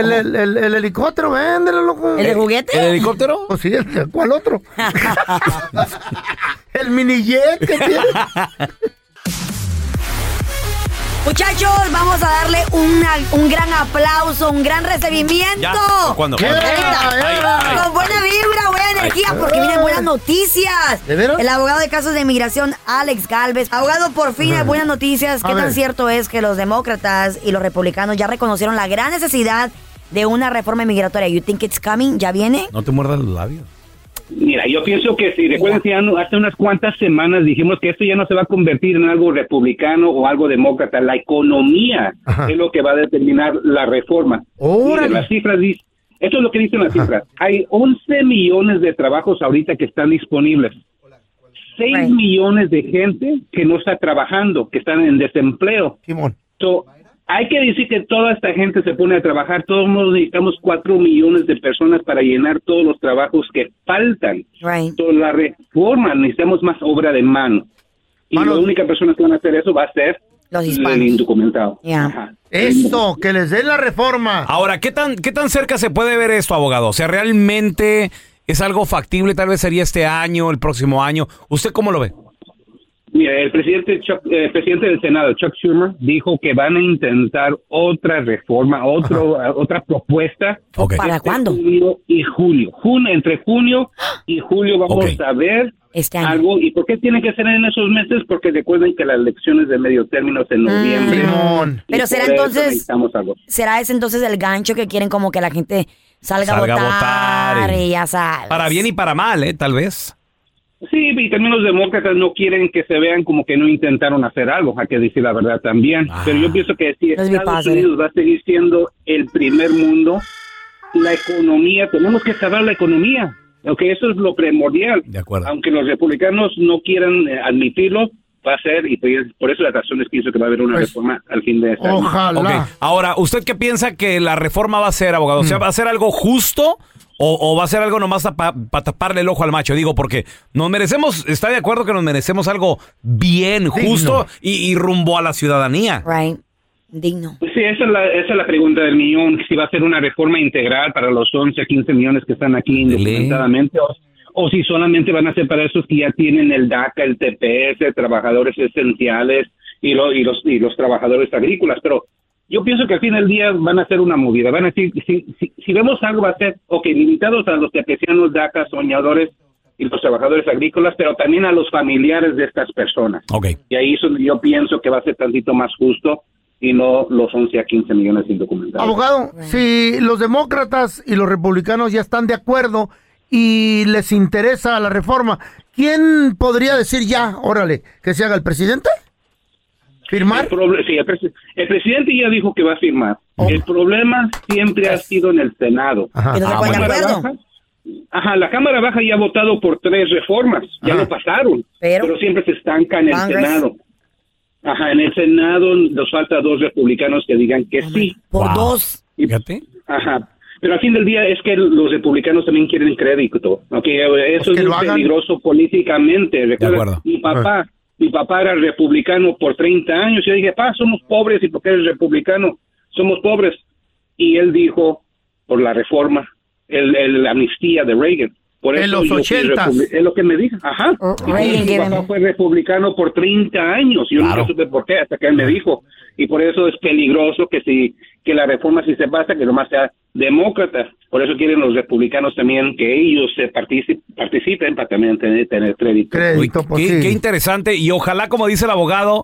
el- el- el- el- el helicóptero, véndelo, loco.
¿El de
juguete?
¿El helicóptero?
Pues sí, el- ¿cuál
(laughs)
otro? (laughs) el mini jet que tiene.
Muchachos, vamos a darle una- un gran aplauso, un gran recibimiento.
Ya, ¿cuándo?
Ahí
¿Cuándo?
está.
Ahí, ahí.
Con buena vibra, buena energía,
Ahí.
porque vienen buenas noticias.
¿De veras?
El abogado de casos de inmigración, Alex Galvez. Abogado, por fin hay buenas noticias.
A
¿Qué tan
ver.
cierto es que los demócratas y los republicanos ya reconocieron la gran necesidad de una reforma migratoria? ¿You think it's coming? ¿Ya viene?
No te muerdas los labios.
Mira, yo pienso que si recuerden que ya no- hace unas cuantas semanas dijimos que esto ya no se va a convertir en algo republicano o algo demócrata, la economía es lo que va a determinar la reforma. Mira, las cifras dicen, esto es lo que dicen las cifras. Hay 11 millones de trabajos ahorita que están disponibles. 6 millones de gente que no está trabajando, que están en desempleo. So, hay que decir que toda esta gente se pone a trabajar, todos nos necesitamos 4 millones de personas para llenar todos los trabajos que faltan. So, la reforma, necesitamos más obra de mano. Y la única persona que van a hacer eso va a ser el indocumentado. Ajá.
Esto, que les den la reforma.
Ahora, ¿qué tan, ¿qué tan cerca se puede ver esto, abogado? O sea, ¿realmente es algo factible? Tal vez sería este año, el próximo año. ¿Usted cómo lo ve?
Mira, el presidente, Chuck- eh, el presidente del Senado, Chuck Schumer, dijo que van a intentar otra reforma, otro, eh, otra propuesta.
¿Para
cuándo? Junio y julio. Junio, entre junio y julio vamos a ver
Este
algo. ¿Y por qué tiene que ser en esos meses? Porque recuerden que las elecciones de medio término es en noviembre. Y
Ah. Pero será
por eso
entonces-
necesitamos algo.
¿Será ese entonces el gancho que quieren como que la gente salga,
Salga
a
a
votar,
votar y-
y ya sabes?
Para bien y para mal, ¿eh? Tal vez.
Sí, y también los demócratas no quieren que se vean como que no intentaron hacer algo, hay que decir la verdad también.
Ah.
Pero yo pienso que si
Es
Estados
bipassary.
Unidos va a seguir siendo el primer mundo, la economía, tenemos que salvar la economía. Aunque eso es lo primordial.
De acuerdo.
Aunque los republicanos no quieran eh, admitirlo, va a ser, y por- por eso las razones pienso que va a haber una reforma al fin de este año.
Ok. Ahora, ¿usted qué piensa que la reforma va a ser, abogado? O sea,
Mm.
¿va a ser algo justo o, o va a ser algo nomás para taparle el ojo al macho? Digo, porque nos merecemos, está de acuerdo que nos merecemos algo bien, justo y, y rumbo a la ciudadanía.
Digno.
Pues Sí, esa es, la, esa es la pregunta del millón, si va a ser una reforma integral para los 11, 15 millones que están aquí independientemente o, o si solamente van a ser para esos que ya tienen el DACA, el TPS, trabajadores esenciales y, lo- y, los, y los trabajadores agrícolas, pero yo pienso que al fin del día van a hacer una movida, van a decir, si, si, si vemos algo va a ser, ok, limitados a los que aprecian los DACA, soñadores y los trabajadores agrícolas, pero también a los familiares de estas personas. Y ahí es donde yo pienso que va a ser tantito más justo y no los 11 a 15 Eh, millones indocumentados.
Abogado, si los demócratas y los republicanos ya están de acuerdo y les interesa la reforma, ¿quién podría decir ya, órale, que se haga el presidente? ¿Firmar?
El proble- sí, el, presi- el presidente ya dijo que va a firmar. El problema siempre ha sido en el Senado. La
Ajá. Que
Ah,
no se ponen de
Cámara
acuerdo.
Baja- Ajá, la Cámara Baja ya ha votado por tres reformas, ya lo pasaron, pero, siempre se estanca en el
Congress.
Senado. Ajá, en el Senado nos falta dos republicanos que digan que sí.
Por dos.
Fíjate.
Ajá. Pero al fin del día es que los republicanos también quieren crédito. ¿ok? Eso
Pues que
es
lo
muy
hagan.
peligroso políticamente. ¿recuerdas?
acuerdo.
Mi papá, mi papá era republicano por 30 años. Yo dije, pa, somos pobres y porque eres republicano, somos pobres. Y él dijo, por la reforma, el, el- la amnistía de Reagan. Por
En
eso
los
yo fui
80s.
republi- Es lo que me dijo. Ajá.
Reagan,
mi
quieren-
papá fue republicano por 30 años. Yo
Claro.
nunca supe por qué hasta que él me dijo. Y por eso es peligroso que si que la reforma si se pasa que nomás sea demócrata. Por eso quieren los republicanos también que ellos se partici- participen para también tener, tener crédito.
Uy,
pues
qué, qué interesante. Y ojalá, como dice el abogado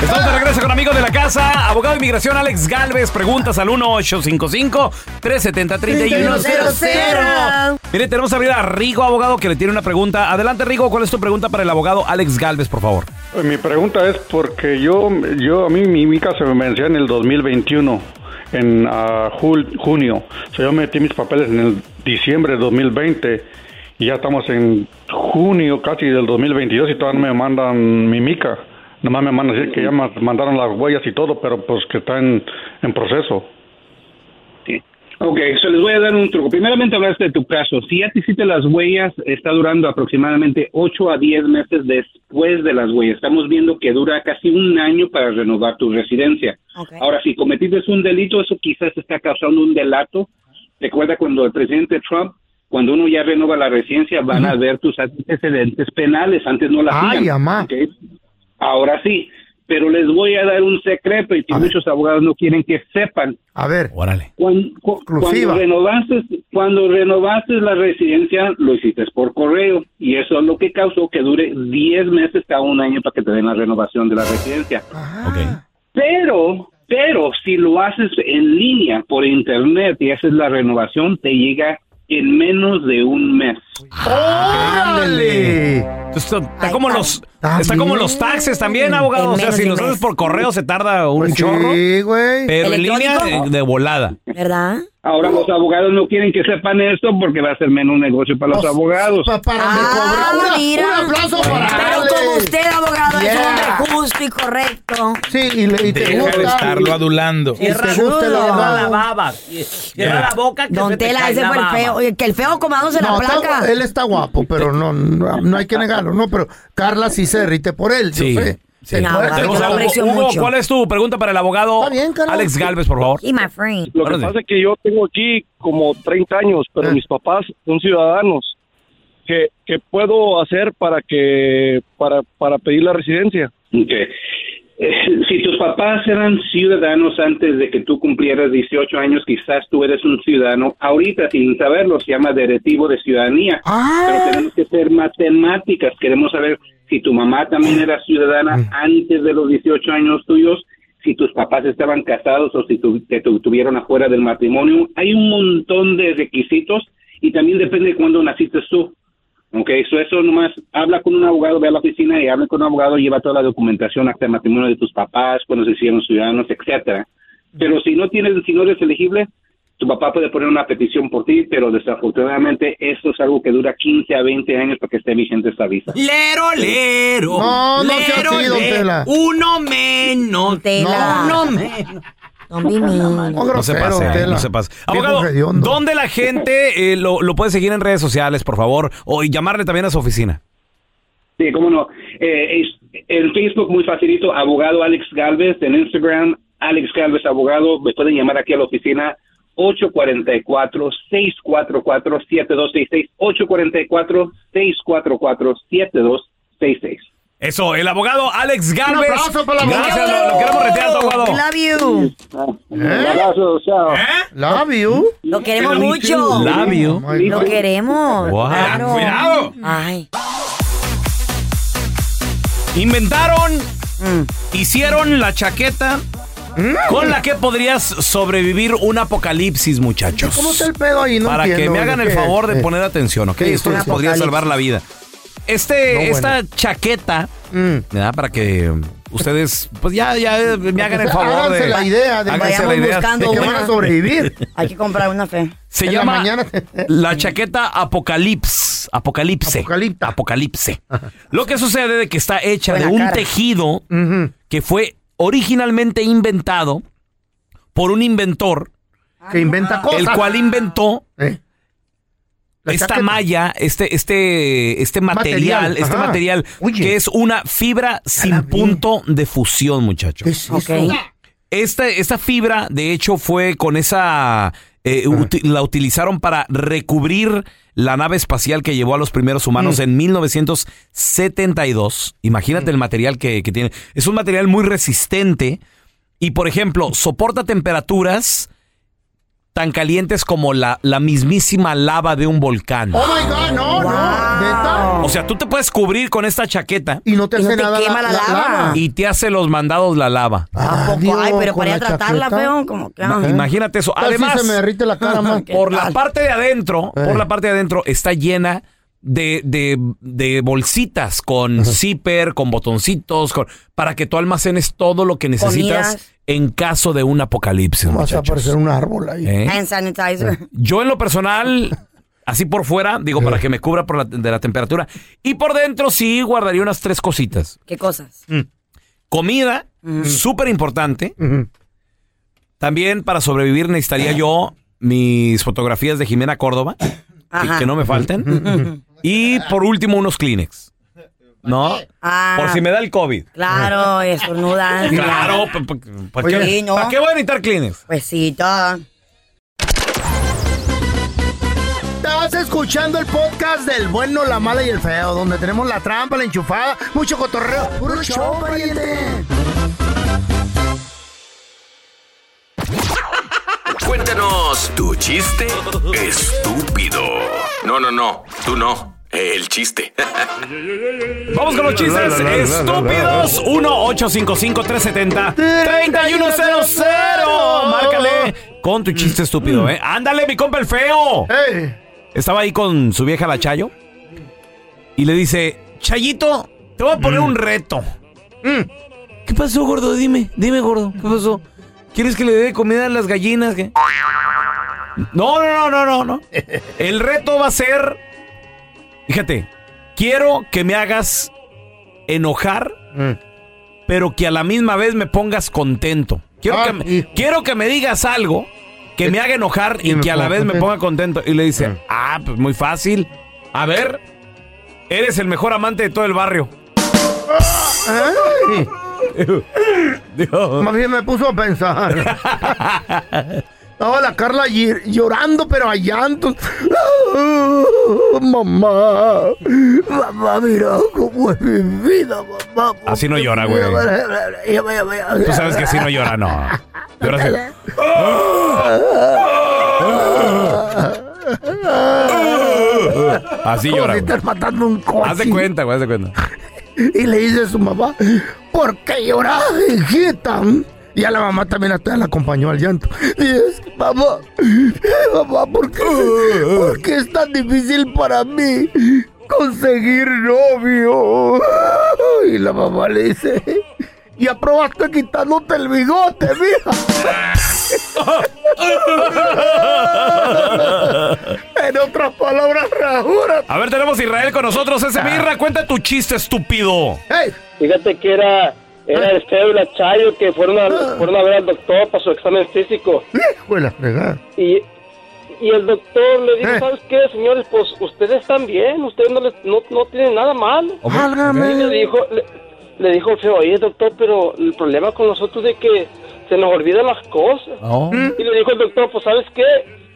Estamos de regreso con amigos de la casa. Abogado de inmigración Alex Galvez. Preguntas al 1-855-370-3100. Mire, tenemos a abrir a Rigo, abogado, que le tiene una pregunta. Adelante, Rigo. ¿Cuál es tu pregunta para el abogado Alex Galvez, por favor?
Pues Mi pregunta es porque yo, yo a mí mi, mi caso me venció en el 2021, en ah, jul- junio. O sea, yo metí mis papeles en el diciembre de 2020 y ya estamos en junio casi del 2022 y todavía no me mandan mi mica. Nomás me mandan decir que ya ma- mandaron las huellas y todo, pero pues que está en, en proceso.
Ok, so les voy a dar un truco. Primeramente hablaste de tu caso. Si ya te hiciste las huellas, está durando aproximadamente 8 a 10 meses después de las huellas. Estamos viendo que dura casi un año para renovar tu residencia. Ahora, si cometiste un delito, eso quizás está causando un delato. Recuerda cuando el presidente Trump, cuando uno ya renova la residencia, van a ver tus antecedentes penales. Antes no las
Ay,
hacían.
amá.
¿ok? Ahora sí. Pero les voy a dar un secreto y que muchos abogados no quieren que sepan.
A ver.
Órale.
Cuan- cu- Cuando,
Exclusiva.
renovaste, cuando renovaste la residencia, lo hiciste por correo y eso es lo que causó que dure 10 meses cada un año para que te den la renovación de la residencia.
Ah.
Pero, pero si lo haces en línea por internet y haces la renovación, te llega en menos de un mes.
¡Ándale! Está, está como los, está como los taxes también, abogado. O sea,
Mm, menos
si
de
los
mes.
haces por correo se tarda un
Pues sí,
chorro.
güey.
Pero en línea
¿Electrónico?
eh, de volada.
¿Verdad?
Ahora los abogados no quieren que sepan esto porque va a ser menos negocio para los abogados.
Ah, mira.
aplauso para
Pero
Alex.
como usted, abogado, es un
Yeah.
hombre justo y correcto.
Sí, y, le- y te
Deja de
gusta.
estarlo adulando.
Cierra
te gusta el
todo.
abogado.
La baba.
Cierra la
boca
Don Tela, ese fue el feo. Oye, que el feo comándose
No,
la
está
placa.
gu- él está guapo, pero no, no, no hay que negarlo, no, pero Carla sí se derrite por él, yo sé. Se puede.
Tenemos a Hugo. Hugo, ¿cuál es tu pregunta para el abogado Alex Galvez, por favor?
Y my friend.
Lo que pasa es que yo tengo aquí como 30 años, pero
Ah.
mis papás son ciudadanos. ¿Qué, qué puedo hacer para que para, para pedir la residencia?
Ok. eh, si tus papás eran ciudadanos antes de que tú cumplieras 18 años, quizás tú eres un ciudadano ahorita sin saberlo, se llama deretivo de ciudadanía. Pero tenemos que hacer matemáticas, queremos saber si tu mamá también era ciudadana antes de los 18 años tuyos, si tus papás estaban casados o si tu- te tu- tuvieron afuera del matrimonio. Hay un montón de requisitos y también depende de cuándo naciste tú. Ok, eso, eso nomás, habla con un abogado, ve a la oficina y habla con un abogado, lleva toda la documentación hasta el matrimonio de tus papás, cuando se hicieron ciudadanos, etcétera. Pero si no tienes, si no eres elegible, tu papá puede poner una petición por ti, pero desafortunadamente esto es algo que dura 15 a 20 años para que esté vigente esta visa.
Lero, lero.
No, no sea
lero,
así, don
lero.
Tela.
Uno menos.
Tela.
Uno menos.
Oh. No se pase,
Tela.
eh, no se pase.
Viejo
Abogado,
hediondo.
¿dónde la gente eh, lo, lo puede seguir en redes sociales, por favor? O y llamarle también a su oficina.
Sí, cómo no. Eh, es- en Facebook, muy facilito, abogado Alex Galvez. En Instagram, Alex Galvez Abogado. Me pueden llamar aquí a la oficina 844-644-7266. 844-644-7266.
Eso, el abogado Alex Galvez.
Un aplauso para el abogado.
Gracias, lo, lo queremos retear, abogado.
you.
Abrazos, chao.
¿Eh? Love you.
Lo queremos
Love you
mucho.
too. Love you. Oh, my
Lo
God.
queremos.
Wow.
claro.
Cuidado.
Ay.
Inventaron,
Mm.
hicieron la chaqueta
Mm.
con la que podrías sobrevivir un apocalipsis, muchachos.
¿Cómo está el pedo ahí? No
Para que
entiendo,
me hagan
¿de
el
qué?
favor de
Eh.
poner atención, ¿ok?
Sí,
Esto
sí,
nos
sí.
podría salvar la vida. Este,
No, bueno. Mm.
esta chaqueta, ¿verdad? Para que ustedes, pues ya, ya eh, me hagan el favor
Háganse
de.
la idea de-
háganse
Vayamos
la idea
buscando de que van a una. sobrevivir.
Hay que comprar una fe.
Se llama la, chaqueta Apocalipse. Apocalipse.
(laughs)
Apocalipse. Lo que sucede de que está hecha
Buena
de un
cara.
tejido que fue originalmente inventado por un inventor.
Que inventa cosas. Eh.
El cual inventó
La
esta
chaqueta.
malla, este, este, este material,
Material,
este
ajá.
material, que es una fibra sin punto de fusión, muchachos.
Ok.
Esta, esta fibra, de hecho, fue con esa.
Ah.
eh, uti- la utilizaron para recubrir la nave espacial que llevó a los primeros humanos
Mm.
en 1972. Imagínate el material que, que tiene. Es un material muy resistente y, por ejemplo, soporta temperaturas tan calientes como la, la mismísima lava de un volcán.
Oh my God, no, no. Neta.
O sea, tú te puedes cubrir con esta chaqueta
Y no te hace nada.
y te hace los mandados la lava.
Ay, pero para ir a
la
tratarla,
chaqueta.
feo, como que. ah.
Ma- Imagínate eso.
Casi
Además,
se me derrite
(laughs)
la cara
(laughs)
más.
por la parte de adentro, por la parte de adentro está llena de, de- de bolsitas con zipper, con botoncitos, con- para que tú almacenes todo lo que necesitas
Comidas.
en caso de un apocalipsis.
Vas a
muchachos.
aparecer un árbol ahí.
¿Eh?
Hand sanitizer.
Yo en lo personal, así por fuera, digo, para que me cubra por la- de la temperatura. Y por dentro sí guardaría unas tres cositas.
¿Qué cosas?
Comida, súper importante. También para sobrevivir necesitaría yo mis fotografías de Jimena Córdoba, que,
Ajá.
que no me falten. y por último, unos Kleenex. ¿No?
Ah.
Por si me da el COVID. (laughs)
Claro, estornuda.
Claro, pa- pa- ¿para
Oye,
qué,
sí, ¿no?
para qué voy a necesitar Kleenex?
Pues sí, todo.
Estás escuchando el podcast del bueno, la mala y el feo, donde tenemos la trampa, la enchufada, mucho cotorreo. ¡Puro show, pariente!
Cuéntanos tu chiste estúpido. No, no, no, tú no. El chiste. (laughs)
Vamos con los chistes estúpidos. 1-855-370-3100. Márcale con tu chiste estúpido, ¿eh? Ándale, mi compa el feo. Estaba ahí con su vieja la Chayo. Y le dice, Chayito, te voy a poner un reto. ¿Qué pasó, gordo? Dime, dime, gordo. ¿Qué pasó? ¿Quieres que le dé comida a las gallinas? ¿Qué? No, no, no, no, no, no. El reto va a ser. Fíjate, quiero que me hagas enojar,
Mm.
pero que a la misma vez me pongas contento. Quiero,
Ah,
que, me, quiero que me digas algo que me haga enojar y que a la vez me ponga contento. Y le dice,
Mm.
ah, pues muy fácil. A ver, eres el mejor amante de todo el barrio.
¿Eh? Más bien me puso a pensar. Estaba la Carla ll- llorando, pero a llantos. mamá, mamá, mira cómo es mi vida, mamá.
Así no llora, güey. Tú sabes que así no llora, no. Llora así. Así
Como
llora. güey.
si estás matando un coche.
Haz de cuenta, güey, haz de cuenta.
(laughs) Y le dice a su mamá, ¿por qué lloras, hijita? Y a la mamá también hasta la acompañó al llanto. Y es, mamá, eh, mamá, ¿por qué, por qué es tan difícil para mí conseguir novio? Y la mamá le dice, ya probaste quitándote el bigote, mija. en otras palabras, rajura.
A ver, tenemos a Israel con nosotros. Ese birra, cuenta tu chiste, estúpido.
Fíjate que era,
Eh.
era el feo y la Chayo que fueron
Ah.
a, fueron a ver al doctor para su examen físico.
Eh. Escuela, fregada.
Y, y el doctor le dijo,
Eh.
¿sabes qué, señores? Pues ustedes están bien, ustedes no, les, no, no tienen nada mal.
Válgame.
Y le dijo, le, le dijo el feo, oye, doctor, pero el problema con nosotros es de que se nos olvidan las cosas. Y le dijo el doctor, pues ¿sabes qué?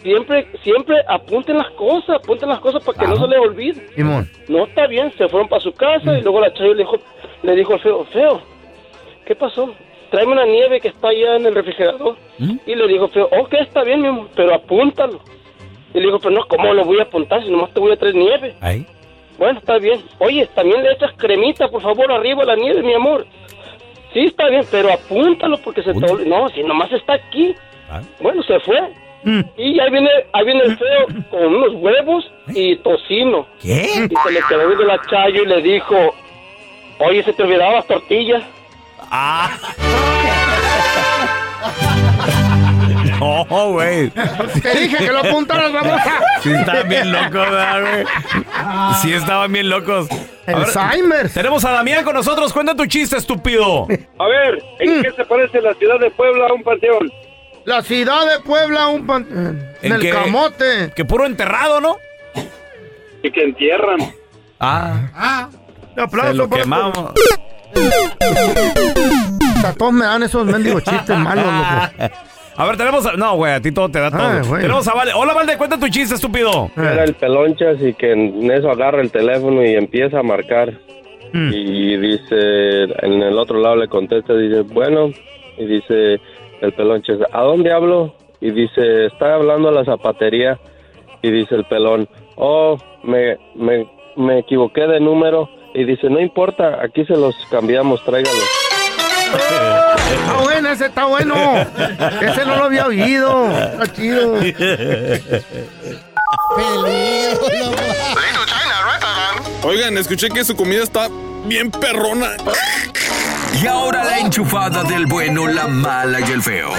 Siempre, siempre apunten las cosas, apunten las cosas para que no se les olvide.
Simón.
No, está bien, se fueron para su casa y luego la Chayo le dijo, le dijo al feo, feo, ¿qué pasó? Tráeme una nieve que está allá en el refrigerador. Y le dijo, feo, ok, está bien, mi amor, pero apúntalo. Y le dijo, pero no, ¿cómo lo voy a apuntar si nomás te voy a traer nieve?
Ahí.
Bueno, está bien. Oye, también le echas cremita, por favor, arriba a la nieve, mi amor. Sí, está bien, pero apúntalo Ah. porque se te... ol- No, si nomás está aquí. Bueno, se fue. Y ahí viene, ahí viene el feo con unos huevos y tocino. ¿Qué? Y se le quedó viendo la chayo y le dijo, oye, se te olvidaban las tortillas.
Ah. No, güey.
Te dije que lo apuntaras, babosa.
Sí, estaban bien locos, ¿verdad, güey.
Ah.
Sí, estaban bien locos. A ver, Tenemos a Damián con nosotros. Cuenta tu chiste, estúpido.
A ver, ¿en qué se parece la ciudad de Puebla a un panteón? Mm. La ciudad de Puebla a un panteón. Del
que-
camote.
Que puro enterrado, ¿no?
Y que entierran.
Ah.
Ah. Un aplauso
Se lo
para-
quemamos.
Hasta Todos me dan esos mendigos chistes malos,
(laughs)
loco.
A ver, tenemos a... No, güey, a ti todo te da
Ay,
todo.
Ah, güey.
tenemos a Vale. Hola, Valde, cuenta tu chiste, estúpido.
Era el pelonchas y que en eso agarra el teléfono y empieza a marcar. Y dice, en el otro lado le contesta, dice, bueno, y dice el pelonchas, ¿a dónde hablo? Y dice, está hablando a la zapatería. Y dice el pelón, oh, me, me, me equivoqué de número. Y dice, no importa, aquí se los cambiamos, tráigalos.
Está bueno, ese está bueno. Ese no lo había oído. Está chido.
Oigan, escuché que su comida está bien perrona.
Y ahora la enchufada del bueno, la mala y el feo.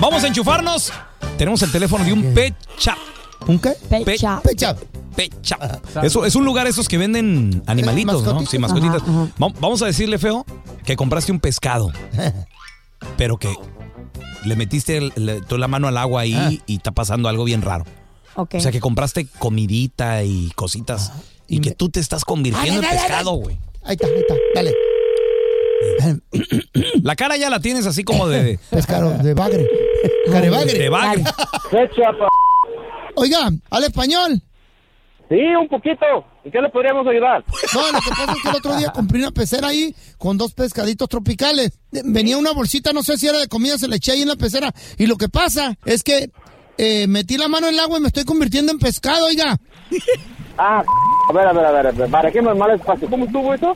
Vamos a enchufarnos. Tenemos el teléfono de un pet shop. ¿Un qué? Pet shop. Pet shop. Eso, es un lugar esos que venden animalitos, ¿no?
mascotitas.
Sí, mascotitas.
Ajá, ajá.
Va- Vamos a decirle, feo, que compraste un pescado, pero que le metiste el- le- tú la mano al agua ahí y está pasando algo bien raro.
Ok.
O sea, que compraste comidita y cositas y que tú te estás convirtiendo en
Ay, ay, ay, ay.
pescado, güey.
Ahí está, ahí está. Dale.
La cara ya la tienes así como de...
Pescaro de
(laughs)
bagre. Carebagre.
De bagre.
Oiga, ¿habla español? Sí, un poquito. ¿Y qué le podríamos ayudar? No, lo que pasa es que el otro día compré una pecera ahí con dos pescaditos tropicales. De- Venía una bolsita, no sé si era de comida, se la eché ahí en la pecera. Y lo que pasa es que eh, metí la mano en el agua y me estoy convirtiendo en pescado, oiga.
Ah, a ver, a ver, a ver, a ver, ¿para qué normal espacio? ¿Cómo estuvo eso?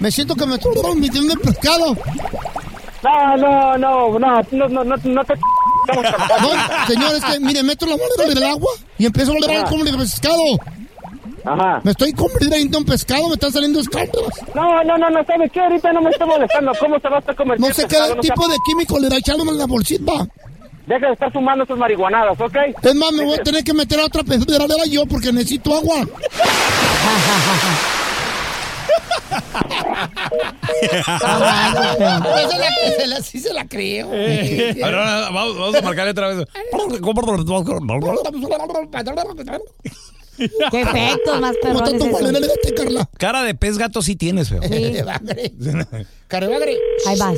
Me siento que me estoy convirtiendo en pescado.
No, no, no, no, no, no, no, no te...
(laughs) No, señor, es que, mire, meto la mano en el agua y empiezo a oler
Ajá.
como el pescado. Ajá. Me estoy convirtiendo en pescado, me están saliendo escándalos.
No, no, no, no, ¿sabes qué? Ahorita no me estoy molestando. ¿Cómo se va a estar
No sé qué
pescado?
tipo de químico le irá echándome en la bolsita.
Deja de estar fumando tus marihuanadas, ¿ok?
Es más, me voy a tener que meter a otra pescadera yo porque necesito agua.
(laughs)
Esa la- esa la- sí se la creo.
A ver, ahora vamos, vamos a marcarle otra vez.
Qué
efectos más
perrones
esos.
Cara de pez gato sí tienes, feo.
Sí.
Carebagre.
Ahí vas.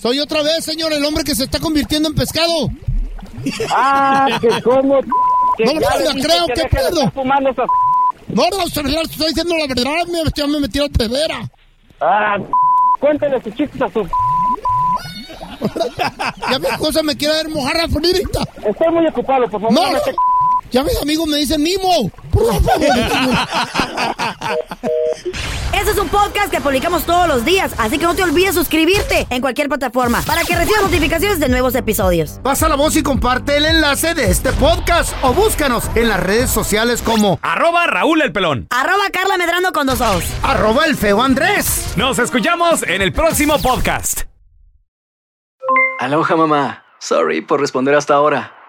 Soy otra vez, señor, el hombre que se está convirtiendo en pescado.
Ah, que cómo. que
no, no,
ya
la
le dije
creo,
que
qué
deje de
pedo.
estar fumando esas-
No, no, señor, estoy diciendo la verdad, me, ya me metí a la pedera.
Ah, cuéntale sus chistes a su.
(laughs) Ya mi esposa me quiere ver mojar la ahorita.
Estoy muy ocupado, por favor.
No, no. Ya mis amigos me dicen Mimo. Por favor.
(laughs) Este es un podcast que publicamos todos los días, así que no te olvides suscribirte en cualquier plataforma para que recibas notificaciones de nuevos (laughs) episodios.
Pasa la voz y comparte el enlace de este podcast o búscanos en las redes sociales como
(laughs) Arroba Raúl el Pelón.
Arroba Carla Medrano con dos ojos.
arroba el feo Andrés.
Nos escuchamos en el próximo podcast.
Aloha mamá. Sorry por responder hasta ahora.